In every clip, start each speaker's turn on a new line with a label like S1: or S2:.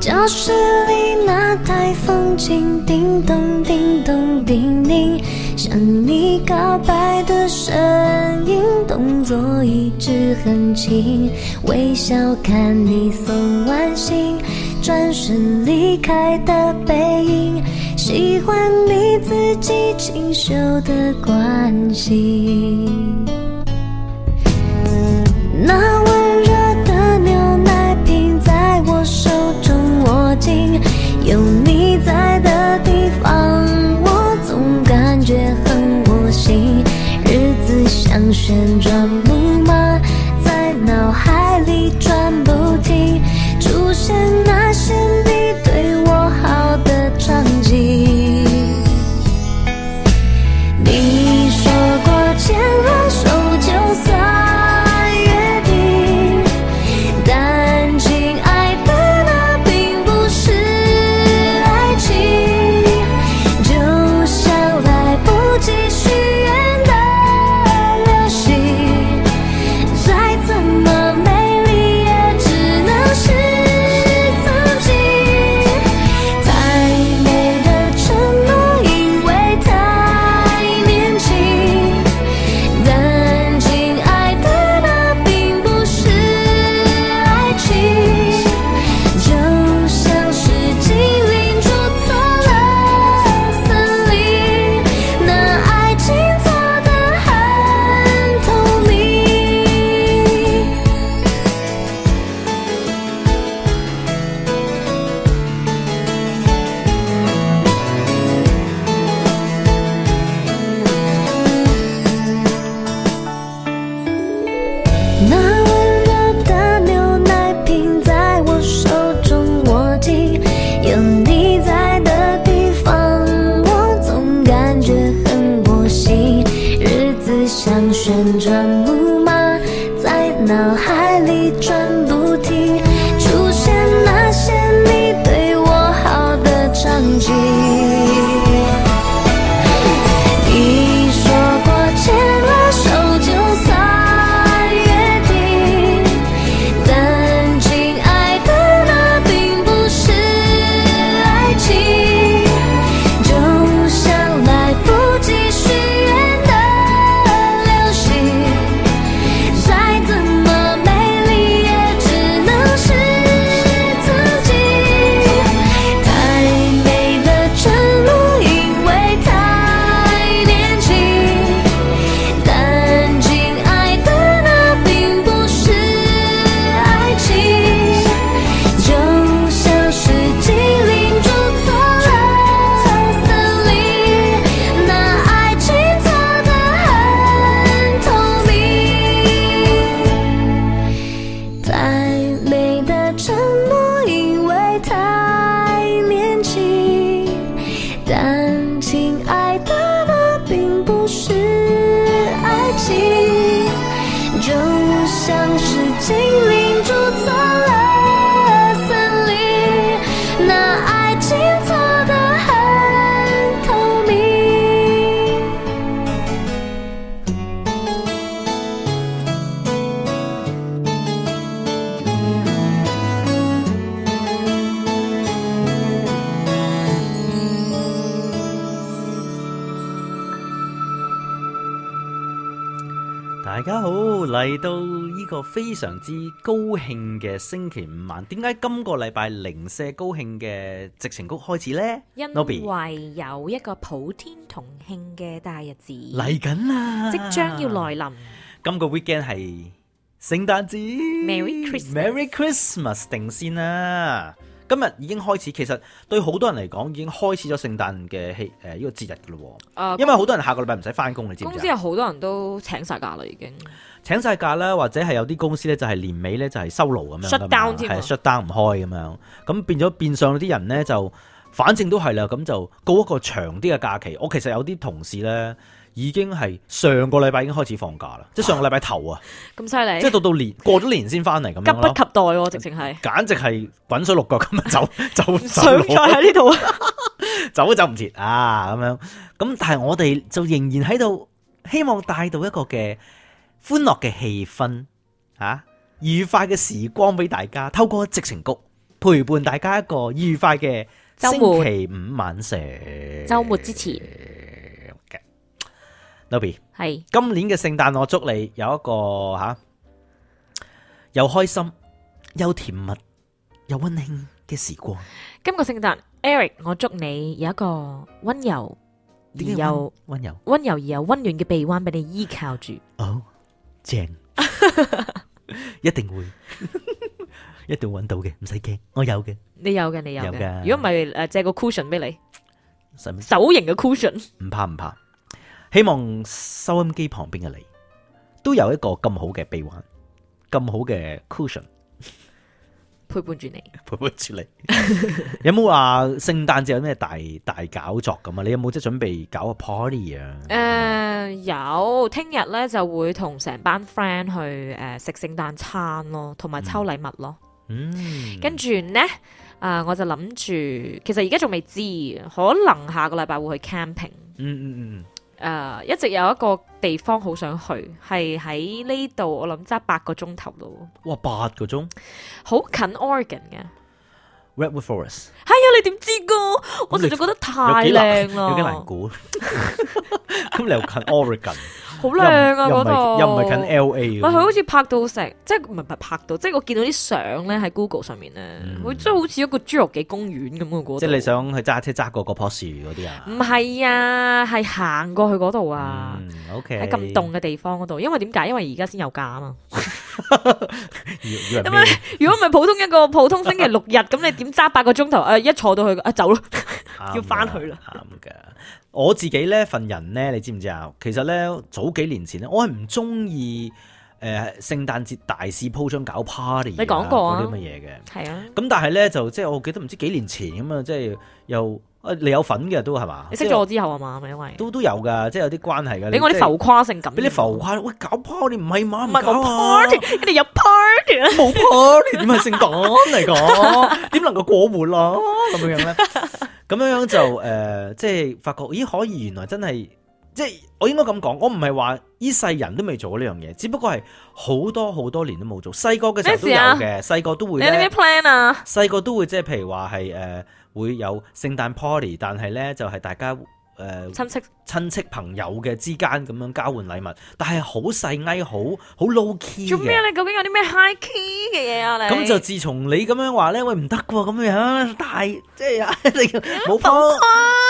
S1: 教室里那台风琴，叮咚叮咚叮咛，向你告白的声音，动作一直很轻，微笑看你送完信，转身离开的背影，喜欢你自己清秀的关心。那温热的牛奶瓶在我手中握紧，有你在的地方，我总感觉很窝心。日子像旋转木马，在脑海里转不停，出现那些你对我好的场景。你说过牵了手就算约定，但亲爱的，那并不是爱情，就像来不及许愿的流星，再怎么美丽也只能是自己。太美的承诺，因为太年轻。但亲爱的，那并不是爱情，就像是精灵住错了森林，那爱情做得很透明。那温热的牛奶瓶在我手中握紧，有你在的地方，我总感觉很窝心。日子像旋转木马，在脑海里转不停，出现那些你对我好的场景。你说过牵了手就算约定，但亲爱的，那并不是爱情，就像来不及许愿的流星，再怎么美丽也只能是自己。太美的承诺，因为太年轻。但亲爱的，那并不是爱情，就像是精灵住错了森林，那爱情做得很透明。太美的承诺，因为太年轻。但亲爱的，那并不是爱情，就像是精灵住错了森林，那爱情错得很透明。
S2: 家好，嚟到呢個非常之高興嘅星期五晚，點解今個禮拜零舍高興嘅直情曲開始呢？
S3: 因
S2: Nobby
S3: 為有一個普天同慶嘅大日子，
S2: 嚟緊啦，
S3: 即將要。來臨。
S2: 今個 weekend 係聖誕節
S3: Merry Christmas
S2: Merry Christmas 定先啦。今日已經開始，其實對好多人嚟講已經開始咗聖誕嘅氣誒呢個節日噶咯
S3: 啊
S2: 喎。因為好多人下個禮拜唔使翻工，你知唔
S3: 公
S2: 知
S3: 司
S2: 啊？
S3: 有好多人都請晒假啦，已經。
S2: 請晒假啦，或者係有啲公司咧就係年尾咧就係收爐咁樣
S3: Shut down
S2: 㗎
S3: 添
S2: 嘛
S3: 啊
S2: 係 shut down 唔開咁樣，咁變咗變相啲人咧就反正都係啦，咁就告一個長啲嘅假期。我其實有啲同事咧已經係上個禮拜已經開始放假啦，即係上個禮拜頭啊，
S3: 咁犀利，
S2: 即係到到年過咗年先翻嚟咁
S3: 急
S2: 樣
S3: 不
S2: 咯嗯
S3: 及，待喎、直情係。
S2: 簡直係滾水淥腳咁 樣走走走
S3: 想再
S2: 佬
S3: 喺呢度啊！
S2: 走都走唔切啊咁樣。咁但係我哋就仍然喺度，希望帶到一個嘅歡樂嘅氣氛啊，愉快嘅時光俾大家，透過矽情谷陪伴大家一個愉快嘅星
S3: 週末
S2: 期五晚上。
S3: 週末之前
S2: n o b y
S3: 係
S2: 今年嘅聖誕，我祝你有一個吓、又開心又甜蜜又温馨嘅時光。
S3: 今個聖誕，Eric，我祝你有一個温柔而
S2: 點解
S3: 又
S2: 温柔？
S3: 温柔而又温暖嘅臂彎俾你依靠住。
S2: 哦，正，一定會， 一定揾到嘅，唔使驚，我有嘅，
S3: 你有嘅，你有
S2: 有㗎
S3: 嘅。如果唔係，誒借個 cushion 俾你，
S2: 使唔
S3: 手型嘅 cushion。
S2: 唔怕唔怕。希望收音機旁邊嘅你都有一個咁好嘅臂彎，咁好嘅 cushion
S3: 陪伴住你。
S2: 陪伴住你。 有冇話聖誕節有咩大大搞作咁啊？你有冇即係準備搞個 party 啊？
S3: 誒、呃有，聽日咧就會同成班 friend 去誒、食聖誕餐咯，同埋抽禮物咯。
S2: 嗯，
S3: 跟住呢，啊、我就諗住，其實而家仲未知，可能下個禮拜會去 camping。
S2: 嗯嗯嗯
S3: 誒、一直有一個地方好想去，係喺呢度，我諗揸八個鐘頭咯，
S2: 嗯，哇，八個鐘
S3: 好近 Oregon 嘅。
S2: Redwood Forest
S3: 係啊，你點知㗎？我
S2: 咁你
S3: 就覺得太
S2: 有幾難，
S3: 靚啦，
S2: 有幾難估。 咁你又近 Oregon。
S3: 好靚啊
S2: 又唔係
S3: 嗰度，
S2: 又唔係近 L A
S3: 喂，佢好似拍到成，即係唔係拍到，即係我見到啲相咧喺 Google 上面咧，佢真係好似一個侏羅紀公園咁嘅嗰度
S2: 嗯即係你想去揸車揸過嗰棵樹嗰啲啊？
S3: 唔係啊，係行過去嗰度啊，
S2: 嗯，OK，
S3: 喺咁凍嘅地方嗰度，因為點解？因為而家先有假啊嘛。
S2: 以，以為
S3: 因
S2: 咩
S3: 為？如果唔係普通一個普通星期六日，咁你點揸八個鐘頭？ 誒，一坐到去，啊走咯。要返去啦
S2: 啱㗎。啱㗎，我自己呢份人呢，你知唔知啊？其實呢，早幾年前呢，我係唔中意誒聖誕節大肆鋪張搞 party，
S3: 你講過啊
S2: 嗰啲乜嘢嘅。
S3: 係啊，
S2: 咁但 係呢，就即係我記得唔知幾年前咁啊，即係又啊你有份嘅都係嘛？
S3: 你識
S2: 即係
S3: 咗我之後啊嘛，係咪因為
S2: 都都有㗎，即係有啲關係㗎。
S3: 俾我
S2: 即
S3: 啲
S2: 係
S3: 浮誇性感，
S2: 俾你浮誇，喂搞 party 唔係嘛？
S3: 唔
S2: 唔
S3: 係
S2: 搞
S3: 我
S2: 啊
S3: party，你有 party 啊？
S2: 冇 party 點係聖誕嚟講？點能夠過活咯？咁樣樣咧，咁樣樣就誒、呃即係發覺，咦，可以原來真係，即係我應該咁講，我唔係話呢世人都未做過呢樣嘢，只不過係好多好多年都冇做。細個嘅時候都有嘅，細個都會
S3: 啊你有啲
S2: 咧，
S3: 咩 plan 啊？
S2: 細個都會即係譬如話係誒會有聖誕 party，但係咧就係、大家誒。呃
S3: 親戚
S2: 親戚朋友嘅之間咁樣交換禮物，但係好細埃，好好 low key
S3: 做
S2: 嘅
S3: 咩？。你究竟有啲咩 high key 嘅嘢啊？你
S2: 啊咁就自從你咁樣話咧，喂唔得喎，咁樣大即係 你
S3: 嗯
S2: 冇 p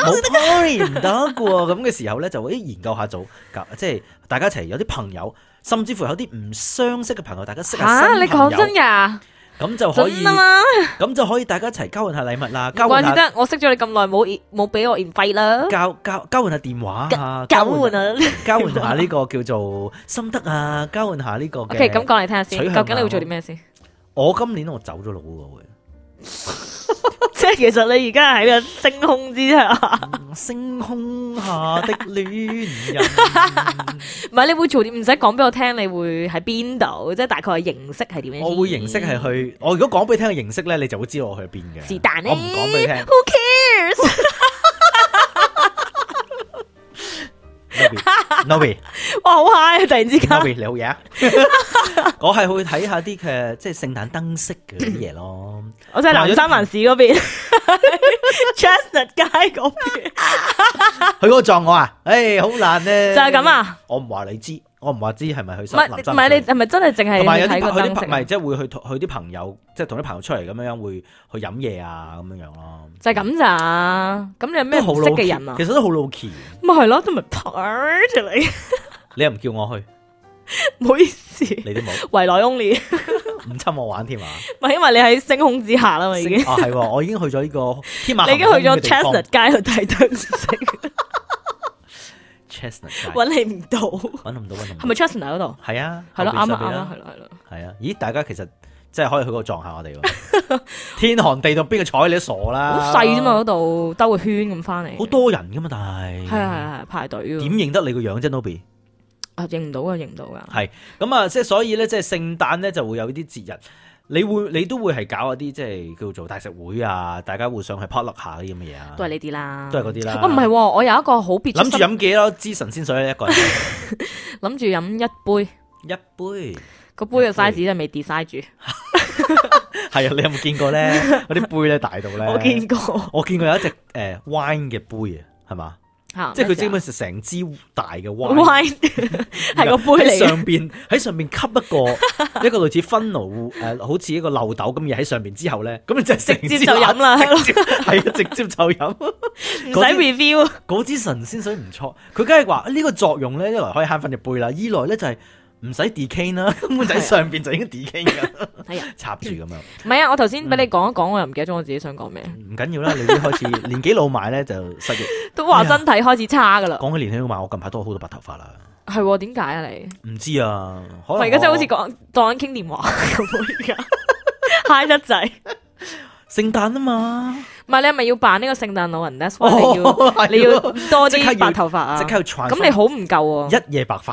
S2: 冇 party 唔得嘅喎，咁嘅時候咧就誒研究下做，搞即係大家一齊有啲朋友，甚至乎有啲唔相識嘅朋友，大家識下
S3: 吓，
S2: 新
S3: 你
S2: 朋
S3: 講
S2: 友，
S3: 真㗎？
S2: 咁就可以
S3: 真啊嘛？
S2: 咁就可以大家一齊交換下禮物啦，交
S3: 唔怪
S2: 換
S3: 之
S2: 下
S3: 得，我識咗你咁耐，冇 e- 冇俾我 invite 啦。
S2: 交交交換下電話啊，
S3: 交
S2: 交
S3: 換
S2: 換
S3: 啊
S2: 交換下呢個叫做心得啊，交換下呢個嘅。
S3: ，OK，咁講嚟聽下
S2: 取
S3: 先，
S2: 向
S3: 究竟你
S2: 啊
S3: 會做啲咩先？
S2: 我今年我走咗佬嘅會。
S3: 即係其實你而家喺個星空之下，唔
S2: 星空下的戀人，
S3: 係你會做 啲，唔使講俾我聽，你會喺邊度？即係大概嘅形式係點樣先？
S2: 我會形式係去，我如果講俾你聽嘅形式咧，你就會知道我去邊嘅。
S3: 是但咧
S2: 我唔講俾你聽
S3: Who cares？
S2: ，Novi
S3: 哇，好 high 啊！突然之
S2: Novi
S3: 間，
S2: Novi，你好嘢啊！ 我係會睇下啲嘅即係聖誕燈飾嘅啲嘢咯。
S3: 我真係南山環市嗰邊 ，Chestnut 街嗰邊，
S2: 佢嗰個撞我啊！誒，好難咧。
S3: 就係咁啊！
S2: 我唔話你知，我唔話知係咪去
S3: 唔
S2: 森林
S3: 係
S2: 森
S3: 唔係
S2: 林
S3: 你係咪真係淨係
S2: 同埋有啲
S3: 睇個
S2: 朋佢啲
S3: 燈
S2: 朋唔係
S3: 飾？啊
S2: 即係會去同佢啲朋友，即係同啲朋友出嚟咁樣樣，會去飲嘢啊咁樣樣咯。
S3: 就係咁咋？咁你有咩
S2: 都好
S3: 唔
S2: 老
S3: 識嘅人啊
S2: 其？實都好老奇，
S3: 咪係咯，都咪 party 嚟，
S2: 你又唔叫我去，
S3: 唔好意思，
S2: 你都冇，
S3: 圍內 only，
S2: 唔侵我玩添啊！
S3: 咪因為你喺星空之下啦嘛已經。
S2: 啊係喎，我已經去咗呢個天馬
S3: 你已經
S2: 行空
S3: 去咗
S2: 嘅地方
S3: Chestnut 街去睇燈飾，
S2: Chestnut 街
S3: 揾你唔到，係
S2: 揾唔到揾唔到，
S3: 咪 Chestnut 嗰度？
S2: 係啊？
S3: 係咯，
S2: 後邊
S3: 啱
S2: 上
S3: 啊，
S2: 邊
S3: 啱
S2: 啦
S3: 啊，係，咯，係咯。
S2: 係啊！咦，大家其實真係可以去嗰度撞下我哋喎， 天寒地凍邊個睬你都傻啦，
S3: 好細啫嘛，，嗰度兜個圈咁翻嚟。
S2: 好多人噶嘛，但係
S3: 係啊係係排隊㗎
S2: 點認得你個樣啫，Nobi？
S3: 啊認唔到啊認唔到噶。
S2: 係咁啊，即係所以咧，即係聖誕咧就會有呢啲節日，你會你都會係搞一啲即係叫做大食會啊，大家互相去 p o t l 下啲咁嘅嘢啊，
S3: 都係呢啲啦，
S2: 都係嗰啲啦
S3: 我唔係喎，我有一個好別出
S2: 諗住
S3: 心
S2: 飲幾多支神仙水一個人
S3: 諗住飲一杯，
S2: 一杯，
S3: 個杯嘅
S2: 一杯
S3: size 真係未 decide 住。
S2: 係啊，你有冇見過 咧？嗰啲杯咧大到咧，
S3: 我見過
S2: 我見過有一隻誒、呃 wine 嘅杯啊，係嘛？
S3: 嚇，
S2: 即係佢
S3: 咩事
S2: 基
S3: 啊
S2: 本上成支大嘅 wine，
S3: wine 係個杯
S2: 喺
S3: 嚟嘅，
S2: 上 邊喺上邊吸一個一個類似分爐誒、好似一個漏斗咁嘢喺上邊之後咧，咁你就直
S3: 直接就飲啦係咯
S2: 係啊，直接就飲。
S3: 唔
S2: 嗰啲
S3: 使 review。
S2: 嗰支神仙水唔錯，佢梗係話啊呢個作用咧，一來可以慳翻隻杯啦，二來咧就係唔使 decay 啦，根本就喺上邊就已經 decay 㗎，
S3: 係啊，
S2: 插住咁樣。
S3: 唔係啊，我頭先俾你講一講，我又唔記得咗我自己想講咩，
S2: 唔緊要啦，你啲開始 年紀老埋咧就失業。
S3: 都話身體開始差噶啦。
S2: 講起年紀老埋，我近排多好多白頭髮啦。
S3: 係喎，點解啊你？
S2: 唔知啊，可
S3: 我
S2: 能
S3: 而家真係好似
S2: 我
S3: 講當緊傾電話咁喎， 而家 high 得滯。
S2: 聖誕啊嘛。
S3: 唔係你係咪要扮呢個聖誕老人？That's
S2: 哦
S3: why
S2: 係
S3: 你要你要
S2: 喎
S3: 多
S2: 即刻要
S3: 啲白頭髮啊！
S2: 即刻要
S3: 咁你好唔夠喎。
S2: 一夜白髮。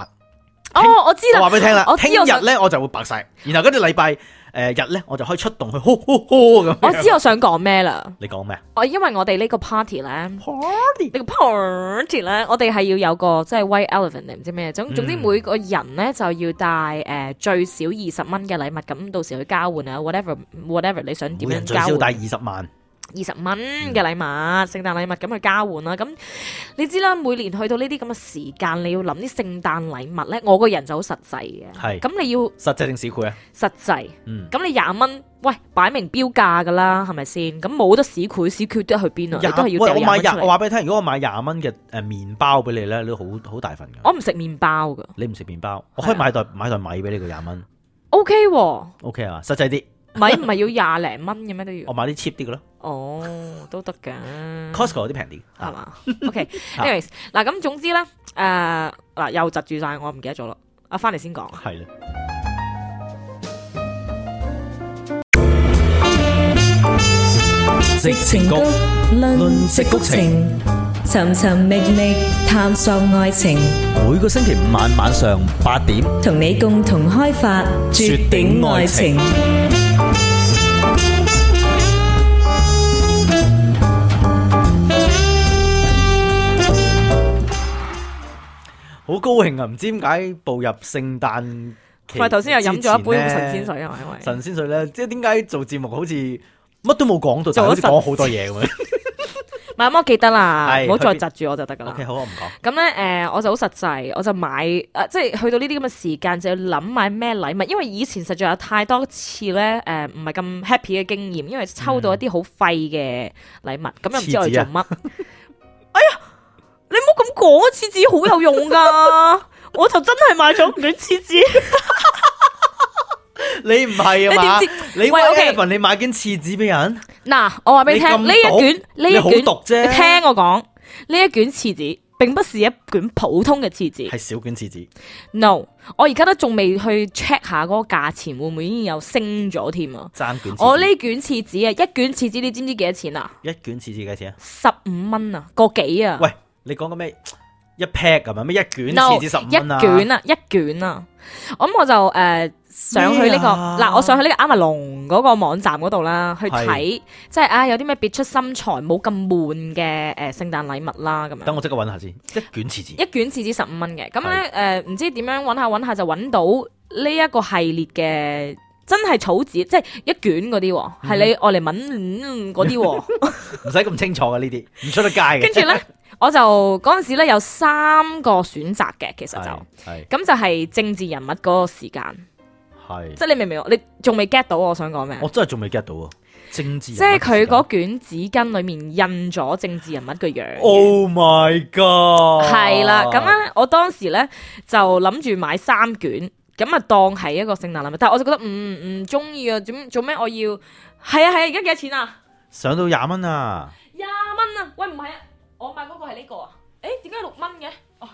S3: 哦，我知
S2: 我
S3: 啦
S2: 話，俾你聽啦
S3: 我，知
S2: 聽
S3: 我想
S2: 日咧我就會白晒，然後跟住禮拜誒日咧我就可以出動去 呼呼呼咁樣。
S3: 我知我想講咩啦。
S2: 你講咩啊
S3: 我因為我哋呢個 party 咧，呢
S2: ？Party
S3: 個 party 咧，我哋係要有個即係 white elephant 定唔知咩，總
S2: 嗯
S3: 總之每個人咧就要帶誒最少二十蚊嘅禮物，咁到時去交換啊，whatever whatever 你想點
S2: 每人
S3: 樣
S2: 最
S3: 交
S2: 少帶嗯
S3: 換
S2: 二。十萬，
S3: 二十蚊嘅禮物，聖誕禮物咁去交換啦。咁你知啦，每年去到呢啲咁嘅時間，你要諗啲聖誕禮物咧，我個人就好實際嘅。
S2: 係
S3: 咁你要
S2: 實際定市儈啊？
S3: 實際。
S2: 嗯，
S3: 咁你廿蚊，喂，擺明標價噶啦，係咪先？咁冇得市儈，市儈得去邊啊？你都係
S2: 廿
S3: 要
S2: 喂，
S3: 掉
S2: 我
S3: 廿
S2: 買
S3: 蚊出
S2: 廿，我
S3: 嚟。
S2: 話俾你聽，如果我買廿蚊嘅誒麵包俾你咧，你都好好大份
S3: 我啊
S2: 㗎。
S3: 唔食麵包噶
S2: 你唔食麵包，我可以買袋買袋米俾你個廿蚊
S3: ，OK 喎，
S2: ，OK 啊？實際啲，
S3: 咪 唔係要廿零蚊嘅咩都要
S2: 我？買啲 cheap 啲嘅咯
S3: 哦，都得嘅。
S2: ，Costco 有啲平啲，
S3: 係
S2: 啊
S3: 嘛？OK，anyways，嗱咁總之咧，誒嗱又窒住晒，我唔記得咗啦。啊，翻嚟先講。
S2: 係啦。
S4: 矽情谷，論矽谷情，尋尋覓覓探索愛情，
S2: 每個星期五晚晚上八點。
S4: 同你共同開發絕頂愛情。
S2: 好高興啊！唔知點解步入聖誕期，
S3: 喂，頭先又飲咗一杯神仙水
S2: 啊！
S3: 係咪？因為
S2: 神仙水咧，即係點解做節目好似乜都冇講到，就
S3: 做咗
S2: 好似
S3: 神
S2: 講好多嘢咁 樣。
S3: 唔係咁我記得啦，
S2: 係
S3: 唔好再
S2: 去邊
S3: 窒住我就得噶
S2: O
S3: 啦
S2: K，。好，我唔講。
S3: 咁咧誒，我就好實際，我就買誒、呃即係去到呢啲咁嘅時間就要諗買咩禮物，因為以前實在有太多次咧誒，唔係咁 happy 嘅經驗，因為抽到一啲好廢嘅禮物，咁又唔知我哋做乜。哎呀，你唔好咁講，廁紙好有用 噶，我就真係買咗唔少廁紙。
S2: 你唔係啊嘛？
S3: 你點
S2: 你
S3: 喂，O K
S2: 喂，Evan，你買件廁紙俾人，
S3: 嗱，我話俾你
S2: 你咁
S3: 聽，呢一卷
S2: 毒
S3: 呢一
S2: 你好
S3: 卷
S2: 毒啫
S3: 你聽我講，呢一卷廁紙並不是一卷普通嘅廁紙
S2: 係。小卷廁紙，
S3: No，我而家都仲未去 check 下嗰個價錢會唔會已經有升咗添啊！
S2: 爭卷廁紙。
S3: 我呢卷廁紙啊，一卷廁紙你知唔知幾多錢啊？
S2: 一卷廁紙幾多錢啊？
S3: 十五蚊啊，個幾啊？
S2: 喂，你講緊咩？一 pack 咁啊？咩一卷
S3: No，
S2: 廁紙十五蚊啊？
S3: 一卷啊，一卷啊！咁我就誒、呃上去呢、個
S2: 咩啊
S3: 嗱、我上去呢個 Amazon 嗰個網站嗰度啦，去睇
S2: 係
S3: 即係啊有啲咩別出心裁、冇咁悶嘅誒聖誕禮物啦咁樣。
S2: 等我即刻揾下先。一卷廁紙
S3: 一卷廁紙十五蚊嘅，咁咧誒唔知點樣揾下揾下就揾到呢一個系列嘅。真係草紙，即係一卷嗰
S2: 嗯
S3: 啲喎，係你愛嚟抿嗰啲喎。
S2: 唔使咁清楚嘅呢啲，唔出得街嘅。
S3: 跟住咧，我就嗰陣時咧有三個選擇嘅，其實就
S2: 係
S3: 咁就係政治人物嗰個時間，
S2: 係
S3: 即係你明唔明？你仲未 get 到我想講咩？
S2: 我啊真係仲未 get 到啊！政治
S3: 即
S2: 人
S3: 係
S2: 物時
S3: 佢
S2: 間
S3: 嗰卷紙巾裡面印咗政治人物嘅樣嘅。
S2: Oh my god！
S3: 係啦，咁啊咧，我當時咧就諗住買三卷，咁啊當係一個聖誕禮物，但係我就覺得嗯唔唔中意啊，點做咩我要？係啊係啊，而家幾多錢啊？
S2: 上到廿蚊啊！
S3: 廿蚊啊！喂，唔係啊，我買嗰個係呢個啊？誒，點解六蚊嘅？哦，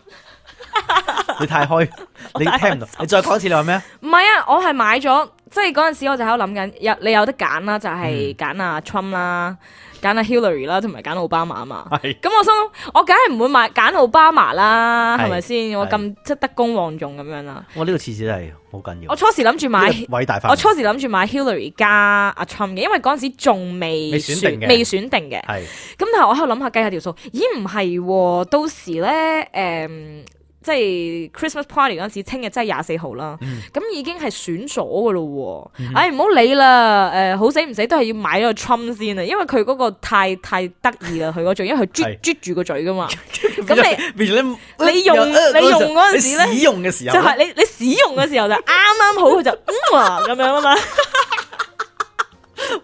S2: 你太開， 你聽唔到。你再講一次，你話咩啊？
S3: 唔係啊，我係買咗，即係嗰陣時我就喺度諗緊，有你有得揀啦，就
S2: 嗯
S3: 係揀阿 Trump 啦，揀阿 Hillary 啦，同埋揀奧巴馬啊嘛。
S2: 係
S3: 咁我心諗，我梗係唔會買揀奧巴馬啦，
S2: 係
S3: 係咪先？我咁即係德高望重咁樣啦。
S2: 我呢個次次係好緊要。
S3: 我初時諗住買
S2: 呢個偉大發明，
S3: 我初時諗住買 Hillary 加阿 Trump 嘅，因為嗰陣時仲未
S2: 未選定嘅
S3: 未選定嘅。
S2: 係
S3: 咁但係我喺度諗下計下條數，咦唔係喎，到時咧誒、即係 Christmas party 嗰陣時，聽日真係廿四號啦。
S2: 嗯
S3: 咁、已經係選咗嘅咯喎，唉唔好理啦，誒、好死唔死都係要買咗個 Trump 先啊，因為佢嗰個太太得意啦，佢嗰種，因為佢啜
S2: 係
S3: 啜住個嘴 噶嘛。咁你
S2: 變咗呃你
S3: 你用你用嗰陣時咧
S2: 你使用嘅時
S3: 就
S2: 候呢，
S3: 係你你使用嘅時候就啱啱好，佢就嗯啊咁樣啊嘛。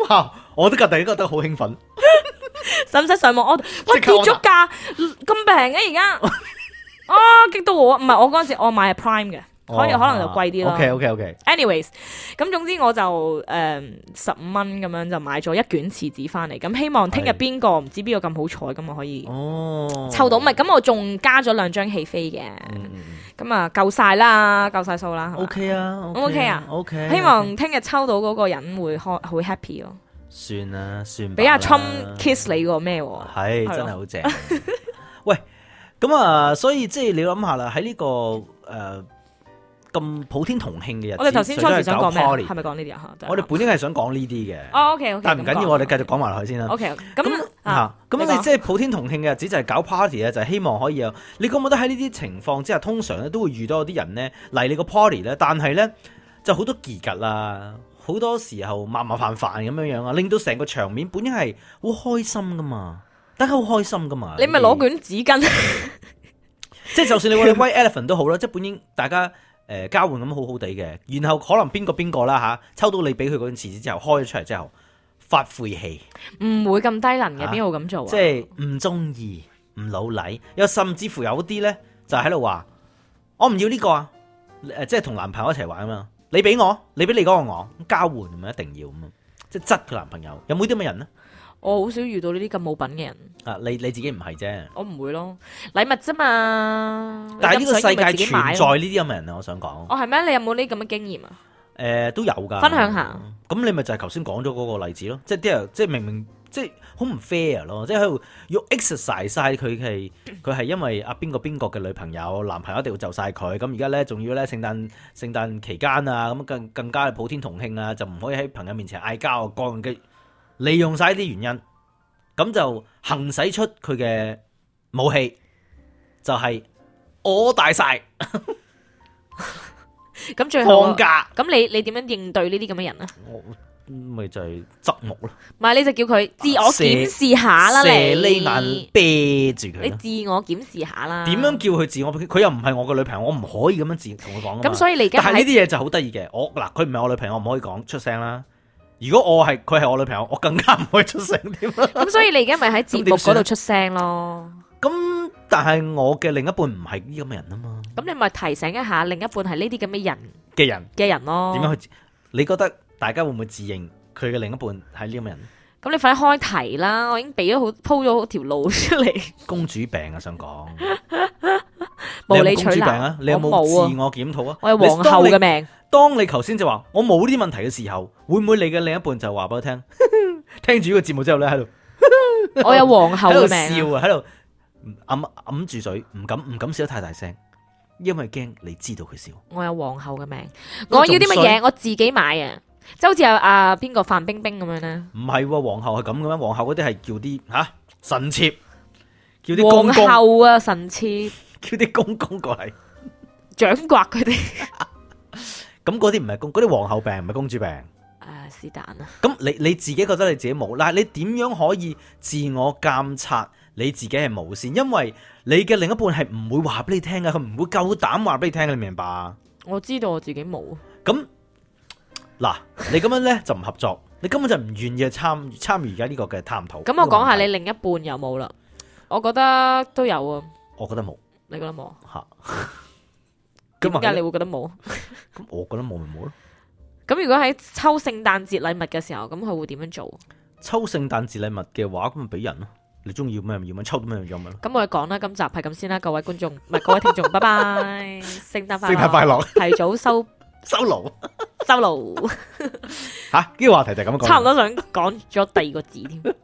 S2: 哇！我都覺得覺得好興奮，
S3: 使唔使上網 order？喂，
S2: 即
S3: 跌
S2: 刻 order
S3: 咗價咁平嘅而家， 啊激到我！唔係我嗰陣時我買係 Prime 嘅，可以可能就貴啲
S2: 哦
S3: 啦。
S2: 啊 OK OK OK，
S3: Anyways，咁總之我就誒十五蚊咁樣就買咗一卷廁紙翻嚟，咁希望聽日
S2: 係
S3: 邊個唔知邊個咁好彩咁啊可以
S2: 哦，
S3: 抽到，咪咁我仲加咗兩張戲飛嘅，咁啊夠晒啦，夠晒數啦。係嘛
S2: 嗯 OK 啊
S3: 嗯 OK 啊
S2: ，OK，
S3: 希望聽日抽到嗰個人會開好 happy 咯，
S2: 算啦，算
S3: 俾阿
S2: 吧
S3: Trump
S2: 啦
S3: kiss 你個咩喎？
S2: 係
S3: 係
S2: 真係
S3: 咯
S2: 好正。 喂，咁啊，所以即係你諗下啦，喺呢個誒咁普天同慶嘅日子，
S3: 我哋頭先初時想講
S2: 除咗
S3: 咩啊？
S2: 係搞
S3: 係
S2: party，
S3: 咪講呢啲啊？嚇
S2: 我哋本應係想講呢啲嘅，
S3: 哦，OK，OK，
S2: 但係唔緊要，我哋繼續講埋落去先啦。
S3: OK，咁
S2: 吓，啊咁你即
S3: 係
S2: 係普天同慶嘅日子就係搞 party 啊咧，就係希望可以有。你覺唔覺得喺呢啲情況之下，通常咧都會遇到有啲人咧嚟你個 party 咧，但係咧就好多結格啦，好多時候麻麻煩煩咁樣樣啊，令到成個場面本應係好開心噶嘛，大家好開心噶嘛。
S3: 你咪攞卷紙巾，
S2: 即係就算你話你 white elephant 都好啦，即係本應大家誒、呃交換咁好好地嘅，然後可能邊個邊個啦吓，抽到你俾佢嗰陣時之後，開咗出嚟之後發晦氣。
S3: 唔會咁低能嘅，
S2: 啊
S3: 邊度咁做啊？
S2: 即係唔中意、唔老禮，又甚至乎有啲咧就喺度話我唔要呢個啊，誒即係同男朋友一齊玩啊嘛，你俾我，你俾你嗰個我，咁交換咪一定要咁啊，即係質佢男朋友，有冇啲咁嘅人咧？
S3: 我好少遇到呢啲咁冇品嘅人，
S2: 啊，你你自己唔係啫，
S3: 我唔會咯，禮物啫嘛。
S2: 但係呢個世界存在呢
S3: 我
S2: 啲咁嘅人啊，我想講，誒、
S3: 哦，係咩？你有冇呢咁嘅經驗啊？
S2: 呃都有㗎，
S3: 分享下。
S2: 咁你咪就係頭先講咗嗰個例子咯，即係啲人即係明明即係好唔 fair 咯，即係喺度要 exercise 晒佢係佢係因為阿邊個邊個嘅女朋友男朋友一定要就晒佢，咁而家咧仲要咧聖誕聖誕期間啊，咁更更加係普天同慶啊，就唔可以喺朋友面前嗌交啊，各樣嘅利用晒呢啲原因，咁就行使出佢嘅武器，就係、我大晒
S3: 咁最啊後
S2: 放假，
S3: 咁你你點樣應對呢啲咁嘅人啊？
S2: 我咪就係側目咯。
S3: 唔係你就叫佢自我
S2: 射
S3: 檢視下啦，
S2: 射
S3: 你
S2: 呢眼啤住佢
S3: 你
S2: 啦。
S3: 自我檢視下啦。
S2: 點樣叫佢自我？佢又唔係我嘅女朋友，我唔可以咁樣自同佢講㗎嘛
S3: 咁所以你而家
S2: 但係呢
S3: 喺
S2: 啲嘢就好得意嘅。我嗱，佢唔係我女朋友，我唔可以講出聲啦。如果我係佢係我女朋友，我更加唔可以出聲添啊啦。
S3: 咁所以你而家咪喺節
S2: 咁
S3: 目
S2: 點
S3: 嗰
S2: 算
S3: 度
S2: 啊
S3: 出聲咯。
S2: 咁但係我嘅另一半唔係呢咁嘅人啊嘛
S3: 咁你咪提醒一下另一半係呢啲咁嘅人
S2: 嘅人，
S3: 嘅人咯。
S2: 點樣去自？你覺得大家會唔會自認佢嘅另一半係呢咁嘅人？
S3: 咁你快啲開題啦！我已經俾咗好鋪咗條路出嚟，
S2: 公主病啊，想講
S3: 無理
S2: 你有冇公主
S3: 取
S2: 病
S3: 鬧
S2: 啊？你有
S3: 我冇啊
S2: 冇自我檢討啊？
S3: 我係皇后
S2: 你
S3: 嘅命。
S2: 當你頭先就話我冇呢啲問題嘅時候，會唔會你嘅另一半就話俾我聽？ 聽住呢個節目之後咧，喺度
S3: 我有皇后
S2: 喺度
S3: 嘅命啊。
S2: 笑啊，喺度揞揞住嘴，唔敢唔敢笑得太大聲，因為驚你知道佢笑。
S3: 我有皇后嘅命。
S2: 咁
S3: 我要啲
S2: 仲
S3: 乜
S2: 衰
S3: 嘢？我自己買啊！即係好似阿阿邊個范冰冰咁樣咧，
S2: 唔係喎，皇后係咁嘅咩？皇后嗰啲係叫啲吓、臣妾，叫啲公
S3: 皇
S2: 公，
S3: 后啊，神似
S2: 叫啲公公過嚟。
S3: 掌摑佢哋。
S2: 咁嗰啲唔係公，嗰啲皇后病唔係公主病。
S3: 誒是但啊，
S2: 咁你你自己覺得你自己冇，嗱你點樣可以自我監察你自己係無線，因為你嘅另一半係唔會話俾你聽嘅，佢唔會夠膽話俾你聽嘅，你明白啊？
S3: 我知道我自己冇，啊
S2: 咁嗱，你咁樣呢就唔合作，你根本就唔願意去參與參與而家呢個嘅探討。
S3: 咁我講下
S2: 呢個問題
S3: 你，另一半有冇啦？我覺得都有啊，
S2: 我覺得冇
S3: 你覺得冇？啊
S2: 吓。
S3: 點
S2: 咁啊
S3: 解你會覺得冇？
S2: 咁我覺得冇咪冇咯。
S3: 咁如果喺抽聖誕節禮物嘅時候，咁佢會點樣做？
S2: 抽聖誕節禮物嘅話，咁咪俾人咯。你中意要咩咪要咪，抽到咩咪有咪咯。
S3: 咁我哋講啦，今集係咁先啦，各位觀眾， 唔係各位聽眾，拜拜，聖誕快樂，
S2: 聖誕快樂，
S3: 提早收
S2: 收爐
S3: 收爐，
S2: 吓，呢個話題就係咁講。
S3: 差唔多想講咗第二個字添。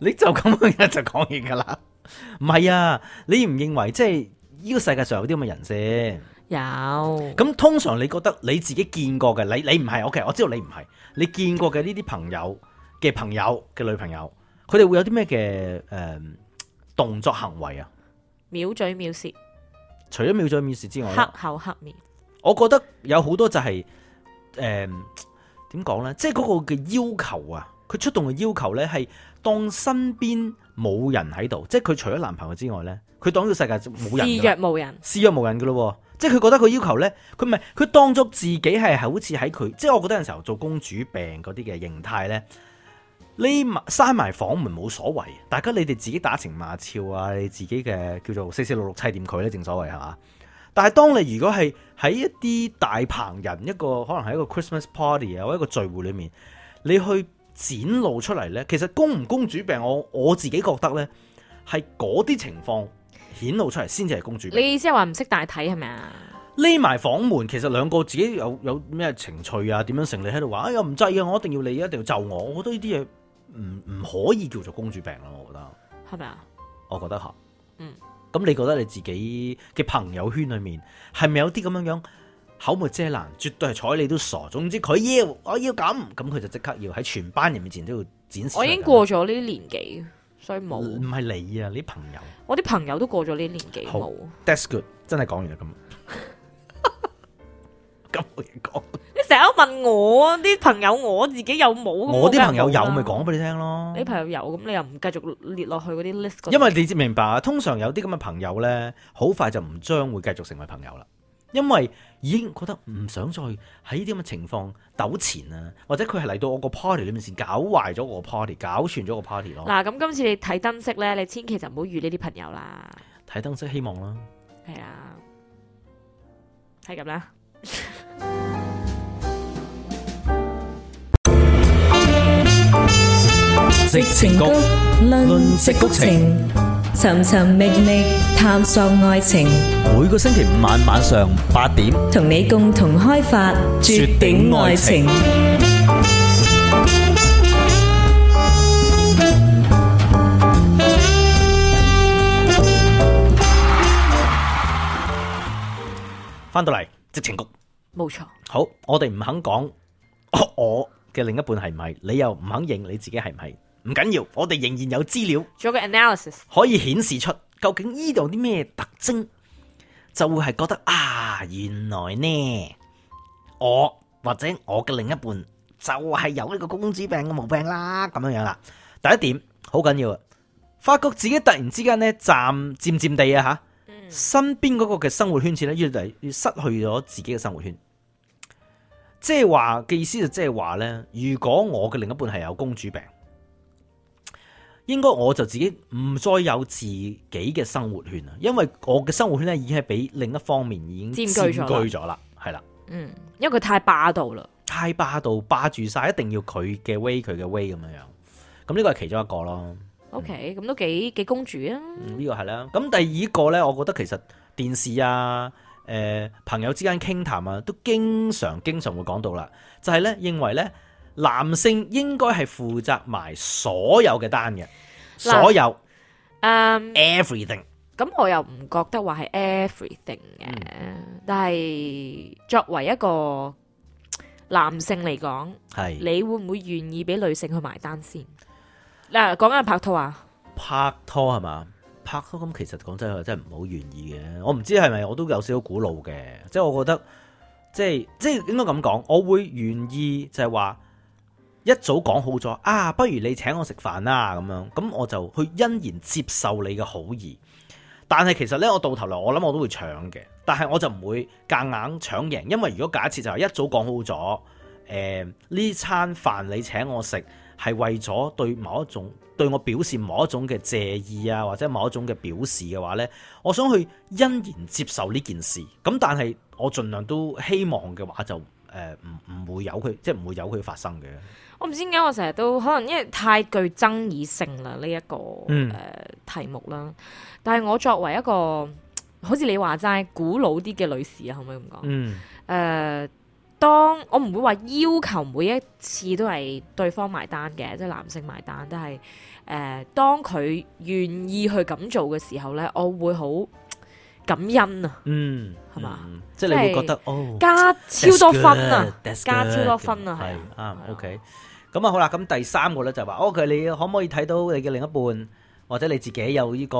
S2: 你就咁樣一就講完噶啦。唔係啊，你唔認為即係呢個世界上有啲咁嘅人先？
S3: 有
S2: 咁通常你覺得你自己見過嘅，你你唔係，OK，我知道你唔係，你見過嘅呢啲朋友嘅朋友嘅女朋友，佢哋會有啲咩嘅誒動作行為啊？
S3: 秒嘴秒舌，
S2: 除咗秒嘴秒舌之外
S3: 黑
S2: 呢，
S3: 口黑面，
S2: 我覺得有好多就係誒點講呢？即係嗰個嘅要求啊，佢出動嘅要求呢，係當身邊冇人喺度，即係佢除咗男朋友之外呢，佢當呢個世界冇人㗎啦。啊
S3: 視若無人。
S2: 施虐無人嘅咯喎，即係佢覺得佢要求咧，佢唔係佢當作自己係好似喺佢，即係我覺得有陣時候做公主病嗰啲嘅形態咧，匿埋閂埋房門冇所謂，大家你哋自己打情罵俏啊，你自己嘅叫做四四六六砌掂佢咧，正所謂係嘛？但係當你如果係喺一啲大棚人一個可能係一個 Christmas party 啊，或者一個聚會裏面，你去展露出嚟咧，其實公唔公主病，我我自己覺得咧係嗰啲情況顯露出嚟先至係公主病。
S3: 你意思係話唔識大體係咪啊？
S2: 匿埋房門，其實兩個自己有有咩情趣啊？點樣成？你喺度話，哎呀唔制啊！我一定要你，一定要就我。我覺得呢啲嘢唔唔可以叫做公主病咯。我覺得，
S3: 係咪啊？
S2: 我覺得嚇。
S3: 嗯。
S2: 咁你覺得你自己嘅朋友圈裏面係咪有啲咁樣樣口沒遮攔，絕對係睬你都傻。總之佢要，我要咁，咁佢就即刻要喺全班人面前都要展示出嚟。
S3: 我已經過咗呢啲年紀，所以冇。
S2: 唔係你啊，你朋友。
S3: 我啲朋友都過咗呢啲年紀
S2: 好
S3: 冇。
S2: That's good，真係講完啦 咁。咁我嘢講。
S3: 你成日都問我啊啲朋友，我自己有冇？咁
S2: 我啲朋友
S3: 梗係
S2: 有
S3: 冇啦
S2: 咪講俾你聽咯
S3: 你，朋友有，咁你又唔繼續列落去嗰啲 list 嗰度
S2: 因為你知明白啊，通常有啲咁嘅朋友呢，好快就唔將會繼續成為朋友啦，因為已經覺得唔想再喺呢啲咁嘅情況糾纏啊，或者佢係嚟到我個 party 裏面先搞壞咗我個 party，搞串咗個 party 咯。
S3: 嗱，咁今次你睇燈飾咧，你千祈就唔好遇呢啲朋友啦，
S2: 睇燈飾希望啦，
S3: 係啦，係咁啦。
S4: 矽情谷，論矽谷情，尋尋覓覓探索愛情，
S2: 每個星期五晚晚上八點，
S4: 同你共同開發絕頂愛情。
S2: 翻到嚟直情局。
S3: 冇錯，
S2: 好，我哋唔肯講哦我嘅另一半係唔係，你又唔肯認你自己係唔係，唔緊要，我哋仍然有資料。
S3: 做個 analysis，
S2: 可以顯示出究竟呢度有啲咩特徵，就會係覺得啊，原來呢，我或者我嘅另一半就係有呢個公主病嘅毛病啦，咁樣樣啦。第一點好緊要啊，發覺自己突然之間呢，漸漸漸地啊
S3: 嗯
S2: 吓，身邊嗰個嘅生活圈子呢，越嚟越失去咗自己嘅生活圈。即係話嘅意思就即係話呢，如果我嘅另一半係有公主病。
S3: 嗯
S2: 應該我就自己唔再有自己嘅生活圈啦，因為我嘅生活圈咧已經係俾另一方面已經
S3: 佔據咗啦
S2: 佔據咗啦，係啦，
S3: 嗯，因為佢太霸道啦，
S2: 太霸道霸住晒，一定要佢嘅 way 佢嘅 way 咁樣樣，咁呢個係其中一個咯，
S3: OK，咁都幾幾公主啊，
S2: 嗯呢個係啦。咁第二個呢，我覺得其實電視啊、誒、朋友之間傾談啊，都經常經常會講到啦，就係、呢，認為呢，男性應該係負責埋所有嘅單嘅，
S3: 嗱
S2: 所有
S3: 嗯，
S2: everything。
S3: 咁我又唔覺得話係 everything 嘅，但係作為一個男性嚟講，
S2: 係
S3: 你會唔會願意俾女性去埋單先？嗱，講緊係拍拖啊。
S2: 拍拖係嘛？拍拖咁其實講真，我真係唔好願意嘅。我唔知係咪我都有少少古老嘅，即係我覺得，即係即係應該咁講，我會願意就係話一早講好咗啊，不如你請我食飯啦咁樣，咁我就去欣然接受你嘅好意。但係其實呢，我到頭來我諗我都會搶嘅，但係我就唔會夾硬搶贏，因為如果假設就係一早講好咗，誒呢餐飯你請我食係為咗對某一種對我表示某一種嘅謝意啊，或者某一種嘅表示嘅話呢，我想去欣然接受呢件事。咁但係我盡量都希望嘅話就誒呃唔唔會有佢，即係唔會有佢發生嘅。
S3: 我唔知點解我成日都可能因為太具爭議性啦呢一個誒、
S2: 嗯
S3: 呃、題目啦，但係我作為一個好似你話齋古老啲嘅女士啊，可唔可以咁講？誒、呃
S2: 嗯
S3: 當我唔會話要求每一次都係對方埋單嘅，即係男性埋單，但係誒、呃、當佢願意去咁做嘅時候咧，我會好感恩啊！
S2: 嗯，
S3: 係嘛
S2: 嗯？即係你會覺得哦。
S3: 加超多分啊
S2: That's good，that's，
S3: 加
S2: good，
S3: 超多分啊，係啊
S2: 係啱，OK。咁啊好啦，咁第三個咧就係話，哦佢你可唔可以睇到你嘅另一半或者你自己有呢個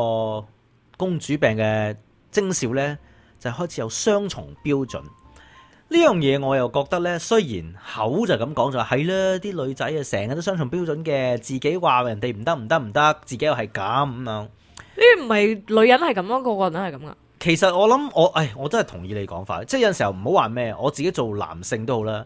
S2: 公主病嘅徵兆咧，就開始有雙重標準。呢樣嘢我又覺得呢，雖然口就咁講就係啦，啲女仔啊成日都雙重標準嘅，自己話人哋唔得唔得唔得，自己又係咁咁樣。
S3: 呢啲唔係女人係咁咯，個個人都係咁噶。
S2: 其實我諗我，唉，我真係同意你講法，即係有陣時候唔好話咩，我自己做男性都好啦。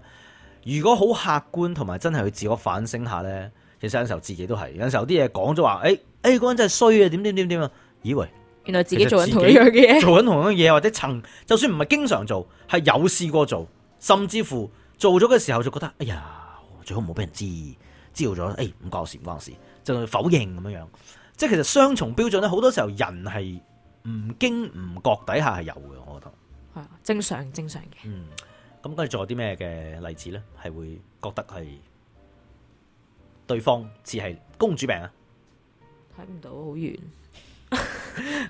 S2: 如果好客觀同埋真係去自我反省下呢，其實有陣時候自己都係，有陣時候啲嘢講咗話，誒誒嗰個人真係衰啊，點點點點啊，以為
S3: 原來自
S2: 其
S3: 己
S2: 實
S3: 做
S2: 自
S3: 緊同
S2: 己
S3: 一樣嘅嘢。
S2: 做緊同樣嘢，或者曾就算唔係經常做，係有試過做，甚至乎做咗嘅時候就覺得，哎呀，最好唔好俾人知，知道咗，誒唔關我事，唔關我事，就否認咁樣樣。即係其實雙重標準咧，好多時候人係唔經唔覺底下係有嘅，我覺得。
S3: 係啊正常正常嘅。
S2: 嗯，咁跟住仲有啲咩嘅例子呢？係會覺得係對方似係公主病啊？
S3: 睇唔到好遠。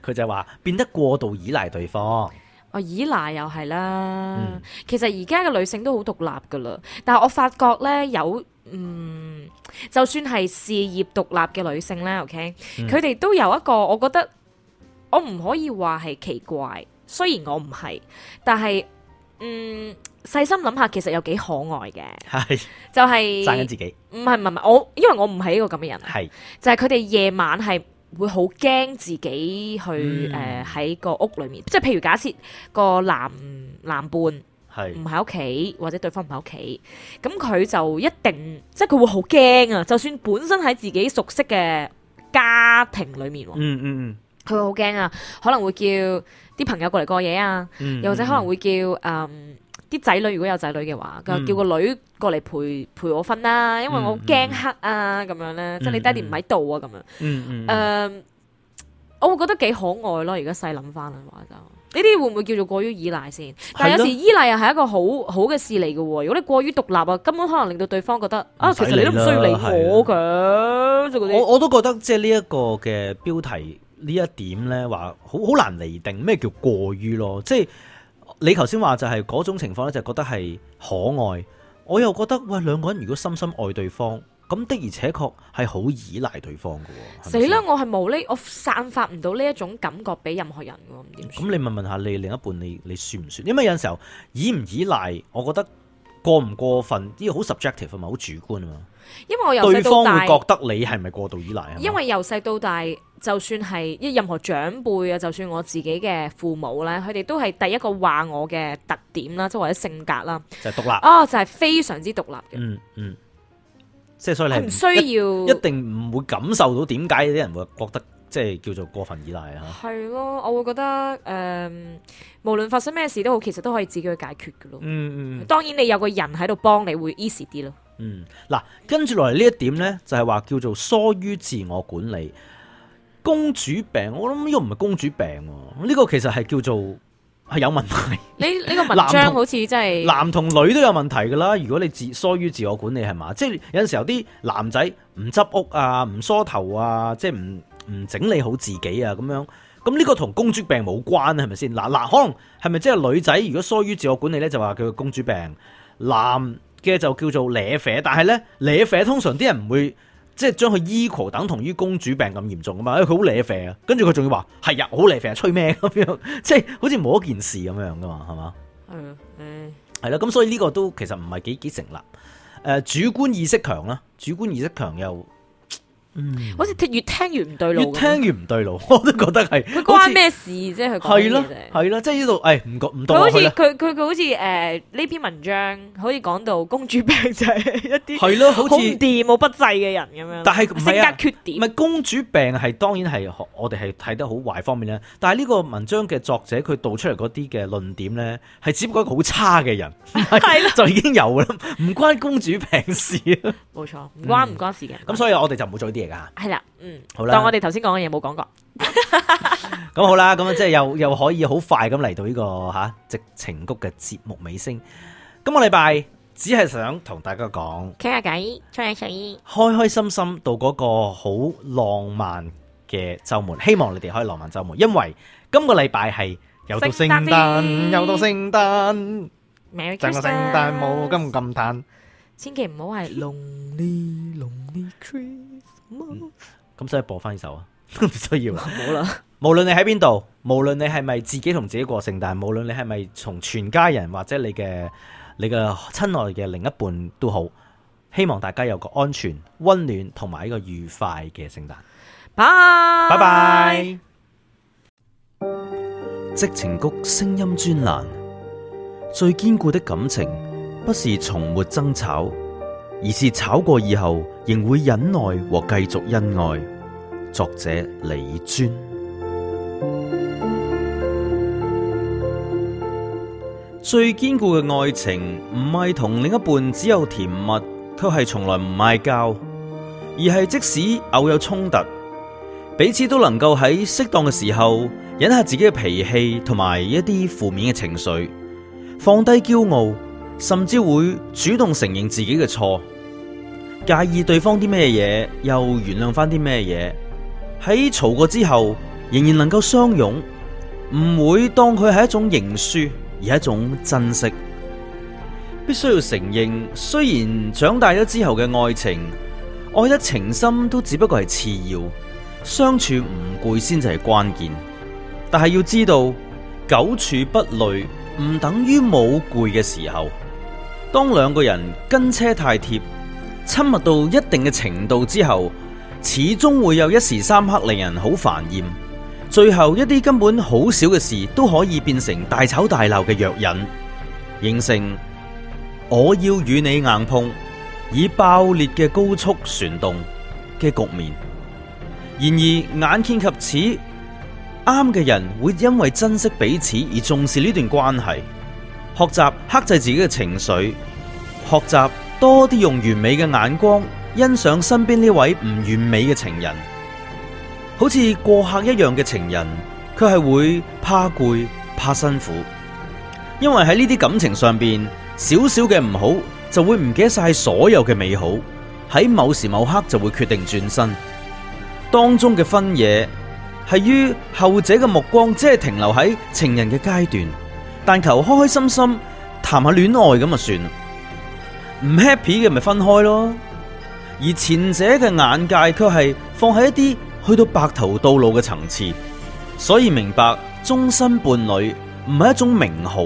S2: 佢就係話變得過度依賴對方。
S3: 哦，依賴又係啦。
S2: 嗯
S3: 其實而家嘅女性都好獨立噶啦，但係我發覺咧有嗯，就算係事業獨立嘅女性咧，OK，佢
S2: 嗯
S3: 哋、都有一個，我覺得我唔可以話係奇怪，雖然我唔係，但係嗯，細心諗下，其實有幾可愛嘅，
S2: 係
S3: 就係
S2: 讚緊自己，
S3: 唔係唔係唔係我，因為我唔係一個咁嘅人。啊
S2: 係
S3: 就係佢哋夜晚係會好驚自己去
S2: 嗯
S3: 呃誒喺、個屋裏面，即係譬如假設個男男伴唔
S2: 係
S3: 喺屋企，或者對方唔喺屋企，咁佢就一定即係佢會好驚啊！就算本身喺自己熟悉嘅家庭裏面喎，
S2: 嗯嗯嗯
S3: 佢會好驚啊，可能會叫啲朋友過嚟過夜啊。
S2: 嗯，
S3: 又或者可能會叫誒啲仔女，如果有仔女嘅話，佢話
S2: 嗯
S3: 叫個女過嚟陪陪我瞓啦，因為我
S2: 嗯
S3: 驚黑啊咁樣咧，即係你爹哋唔喺度啊咁樣。
S2: 嗯嗯嗯
S3: 誒，呃我會覺得幾可愛咯。而家細諗翻嘅話就。呢啲會唔會叫做過於依賴先？但係有時依賴又係一個好好嘅事嚟嘅喎。如果你過於獨立啊，根本可能令到對方覺得啊，
S2: 唔使
S3: 其實你都唔需要理我嘅，就嗰啲
S2: 啊我我都覺得即係呢一個嘅標題呢一點呢，話好好難釐定咩叫過於咯。即係你頭先話就係嗰種情況呢，就覺得係可愛。我又覺得喂兩個人如果深深愛對方，咁的而且確係好依賴對方嘅喎。係
S3: 死
S2: 咪先
S3: 啦！！我係冇呢，我散發唔到呢一種感覺俾任何人嘅喎，唔點算
S2: 咁你問問下你另一半你你算唔算？因為有陣時候依唔依賴，我覺得過唔過分呢個好 subjective 啊嘛，好主觀啊嘛。
S3: 因為我由
S2: 對
S3: 細
S2: 方
S3: 到大
S2: 會。覺得你係咪過度依賴啊？
S3: 因為由細到大，就算係一任何長輩啊，就算我自己嘅父母咧，佢哋都係第一個話我嘅特點啦，即係或者性格啦，
S2: 就係獨立，
S3: 哦，就係、非常之獨立嘅，
S2: 啊嗯嗯，即係所以你
S3: 我
S2: 係
S3: 唔需
S2: 一
S3: 要
S2: 一定唔會感受到點解啲人會覺得即係叫做過分依賴啊！
S3: 係咯，我會覺得誒、無論發生咩事都好，其實都可以自己去解決嘅咯。
S2: 嗯嗯
S3: 當然你有個人喺度幫你會 easy 啲咯。
S2: 嗯，嗱，跟住落嚟呢一點呢，就係話叫做疏於自我管理。公主病，我諗呢個唔係公主病喎，呢個其實係叫做係有問題。
S3: 你 呢個
S2: 男
S3: 文
S2: 同
S3: 章好似真係
S2: 男同女都有問題㗎啦。如果你自疏於自我管理係嘛，即係有陣時候啲男仔唔執屋啊、唔梳頭啊，即係唔唔整理好自己啊咁樣。咁呢個同公主病冇關係咪先？嗱嗱，可能係咪即係女仔如果疏於自我管理咧，就話佢個公主病；男嘅就叫做瀨啡，但係咧瀨啡通常啲人唔會。即係將佢 equal 等同於公主病咁嚴重啊嘛，因為佢好瀨啡啊，跟住佢仲要話係啊，好瀨啡，吹咩咁樣， 即係好似冇一件事咁樣噶嘛，係嘛？
S3: 係啊唉
S2: 係啦，咁所以呢個都其實唔係幾幾成立。誒、呃主觀意識強啦，主觀意識強又
S3: 好似越聽越唔對
S2: 越
S3: 路咁。
S2: 聽越唔對路， 我都覺得係。
S3: 佢
S2: 好似
S3: 關？咩事啫？佢
S2: 係
S3: 講啲
S2: 咯
S3: 嘢啫。
S2: 係咯，即係呢度誒唔覺唔
S3: 佢
S2: 當
S3: 好
S2: 落
S3: 似
S2: 去啦。
S3: 佢佢佢好似誒呢篇文章，好似講到公主病就係一啲
S2: 係咯，好
S3: 好唔
S2: 似
S3: 掂、冇不濟嘅人咁樣。
S2: 但係唔係啊
S3: 性格缺
S2: 唔
S3: 點
S2: 係公主病係當然係我哋係睇得好壞方面咧，但係呢個文章嘅作者佢導出嚟嗰啲嘅論點咧，係只不過一個好差嘅人， 唔
S3: 係
S2: 係就已經有啦，唔關公主病事。啊
S3: 冇錯，唔關唔關事嘅。
S2: 咁所以我哋就唔好做呢啲嘢㗎。
S3: 係啦，嗯，
S2: 好啦
S3: 當我哋頭先講嘅嘢冇講過，
S2: 咁好啦，咁啊即係又又可以好快咁嚟到呢、個吓、直情谷嘅節目尾聲。今個禮拜只係想同大家講，
S3: 傾下偈，吹下水。
S2: 開開心心度嗰個好浪漫嘅週末，希望你哋可以浪漫週末，因為今個禮拜係又到聖
S3: 聖誕
S2: 誕，
S3: 節
S2: 又到聖誕，
S3: Merry
S2: 就個聖
S3: Christmas
S2: 誕冇咁咁嘆。
S3: 千祈唔好係 Lonely Lonely Christmas，
S2: 咁所以播翻呢首啊， 唔需要啦。
S3: 冇啦，
S2: 無論你喺邊度，無論你係咪自己同自己過聖誕，無論你係咪同全家人或者你嘅你嘅親愛嘅另一半都好，希望大家有個安全、温暖同埋一個愉快嘅聖誕。
S3: 拜
S2: 拜拜。
S3: 拜
S2: 矽情谷聲音專欄，最堅固的感情，不是從沒爭吵，而是吵過以後仍會忍耐和繼續恩愛。作者李尊。最堅固嘅愛情唔係同另一半只有甜蜜，卻係從來唔嗌交，而係即使偶有衝突，彼此都能夠喺適當嘅時候忍下自己嘅脾氣同埋一啲負面嘅情緒，放低驕傲，甚至會主動承認自己嘅錯，介意對方啲咩嘢，又原諒翻啲咩嘢。喺嘈過之後，仍然能夠相擁，唔會當佢係一種認輸，而係一種珍惜。必須要承認，雖然長大咗之後嘅愛情，愛得情深都只不過係次要。相處唔攰先至係關鍵，但係要知道，久處不累唔等於冇攰嘅時候。當兩個人跟車太貼，親密到一定嘅程度之後，始終會有一時三刻令人好煩厭。最後一啲根本好少嘅事都可以變成大吵大鬧嘅藥引，形成我要與你硬碰，以爆裂嘅高速旋動嘅局面。然而眼見及此，啱嘅人會因為珍惜彼此而重視呢段關係，學習克制自己嘅情緒，學習多啲用完美嘅眼光欣賞身邊呢位唔完美嘅情人，好似過客一樣嘅情人，佢係會怕攰、怕辛苦，因為喺呢啲感情上邊，少少嘅唔好就會唔記得晒所有嘅美好，喺某時某刻就會決定轉身。當中嘅分野係於後者嘅目光只係停留喺情人嘅階段，但求開開心心談下戀愛咁就算啦。唔 happy 嘅咪分開咯，而前者嘅眼界卻係放喺一啲去到白頭到老嘅層次，所以明白終身伴侶唔係一種名號，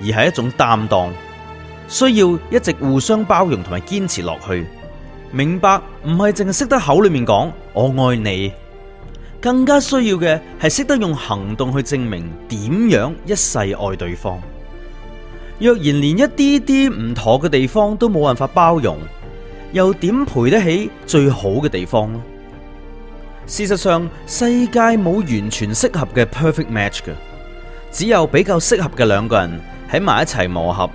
S2: 而係一種擔當，需要一直互相包容同埋堅持落去。明白唔係淨係識得口裏面講我愛你，更加需要嘅係識得用行動去證明點樣一世愛對方。若然連一啲啲唔妥嘅地方都冇辦法包容，又點賠得起最好嘅地方呢？事實上，世界冇完全適合嘅 perfect match 嘅，只有比較適合嘅兩個人喺埋一齊磨合。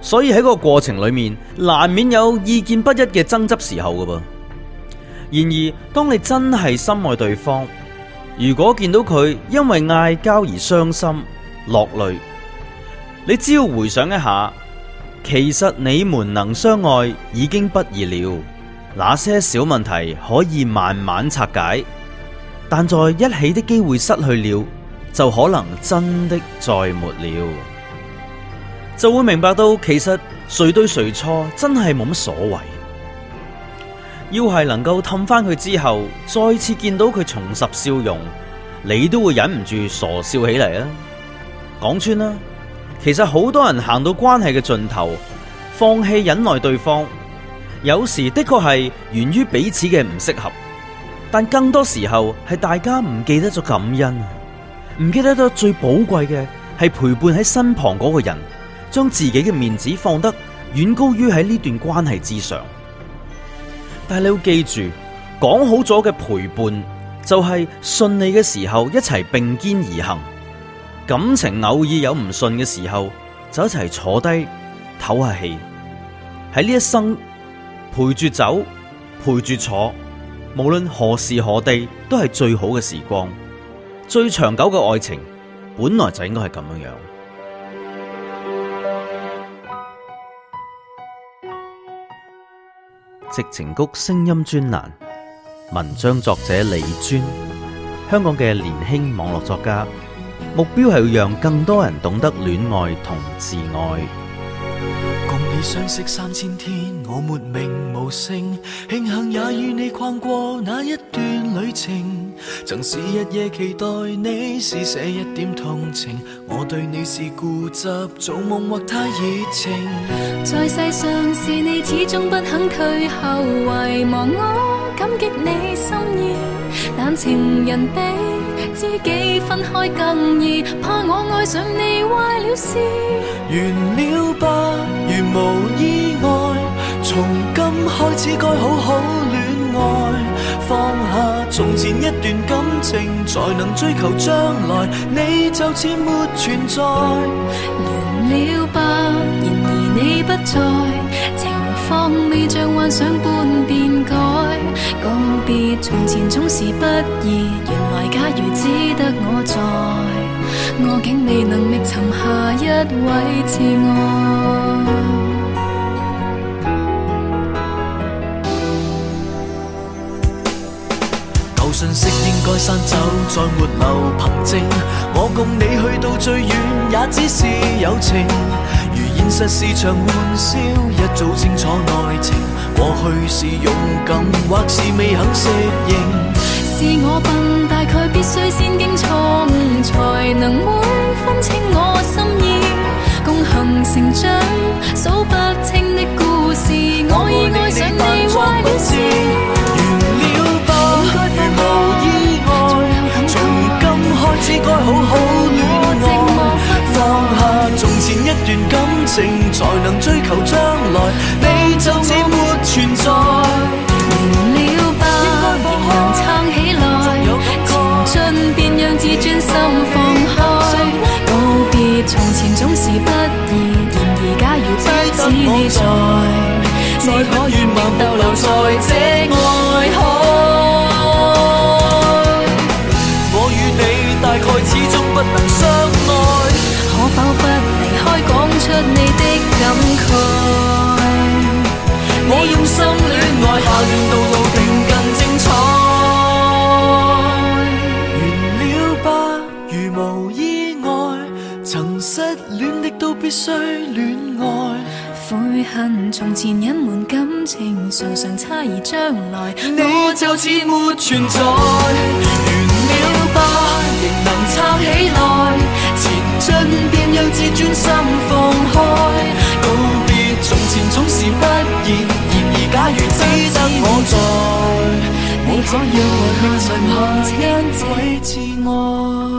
S2: 所以喺個過程裏面，難免有意見不一嘅爭執時候噶噃。然而，當你真係深愛對方，如果見到佢因為嗌交而傷心落淚，你只要回想一下，其實你們能相愛已經不易了。那些小問題可以慢慢拆解，但在一起的機會失去了，就可能真的再沒了。就會明白到其實誰對誰錯真係冇乜所謂。要係能夠氹翻佢之後，再次見到佢重拾笑容，你都會忍唔住傻笑起嚟啊！講穿啦，其實好多人行到關係嘅盡頭，放棄忍耐對方，有時的確係源於彼此嘅唔適合，但更多時候係大家唔記得咗感恩，啊唔記得咗最寶貴嘅係陪伴喺身旁嗰個人，將自己嘅面子放得遠高於喺呢段關係之上。但係你要記住，講好咗嘅陪伴就係順利嘅時候一齊並肩而行，感情偶爾有唔順嘅時候就一齊坐低唞下氣。喺呢一生陪住走，陪住坐，無論何時何地都係最好嘅時光。最長久嘅愛情本來就應該係咁樣樣。矽情谷聲音專欄，文章作者李尊，香港嘅年輕網絡作家，目標係要讓更多人懂得戀愛同自愛。
S5: 共你相識三千天，我沒名無姓，慶幸也與你逛過那一段旅程。曾是日夜期待你施捨一點同情，我對你是固執，做夢或太熱情。
S1: 在世上是你始終不肯退後，遺忘我感激你心意。但情人比知己分開更易，怕我愛上你壞了事。
S5: 完了吧，如無意外，從今開始該好好戀愛，放下從前一段感情，才能追求將來。你就似沒存在，
S1: 完了吧，然而你不在，情況未像幻想般變改。告別從前總是不易，原來假如只得我在，我竟未能覓尋下一位至愛。
S5: 舊信息應該刪走，再沒留憑證。我共你去到最遠，也只是友情。如現實是場玩笑，一早清楚內情。過去是勇敢，或是未肯適應。
S1: 是我笨，大概必須先經錯誤，才能會分清我心意。共行成長，數不清的故事，我已愛上你壞了事。
S5: 完了吧，如無意外，從今開始該好好戀愛，放下從前一段感情，才能追求將來。你就似沒存在，
S1: 完了吧，
S5: 應該放開
S1: 仍能撐起來
S5: 真有感，覺
S1: 前進便讓自尊心放開。告別從前總是不易，然而假如知止你在，
S5: 再
S1: 你可
S5: 不願
S1: 願
S5: 望
S1: 令
S5: 逗
S1: 逗
S5: 留
S1: 留
S5: 在
S1: 在這。
S5: 這愛海。我與你大概始終不能相愛。
S1: 可否不離開講出你的感慨？
S5: 我用心戀愛，下段道路定更精彩。完了吧，如無意外，曾失戀的都必須戀愛。
S1: 悔恨從前隱瞞感情，常常猜疑將來。
S5: 你就似沒存在，完了吧，仍能撐起來，前進便讓自尊心放開，告別從前總是不易，然而假如知得我在，我可要留下一位至愛。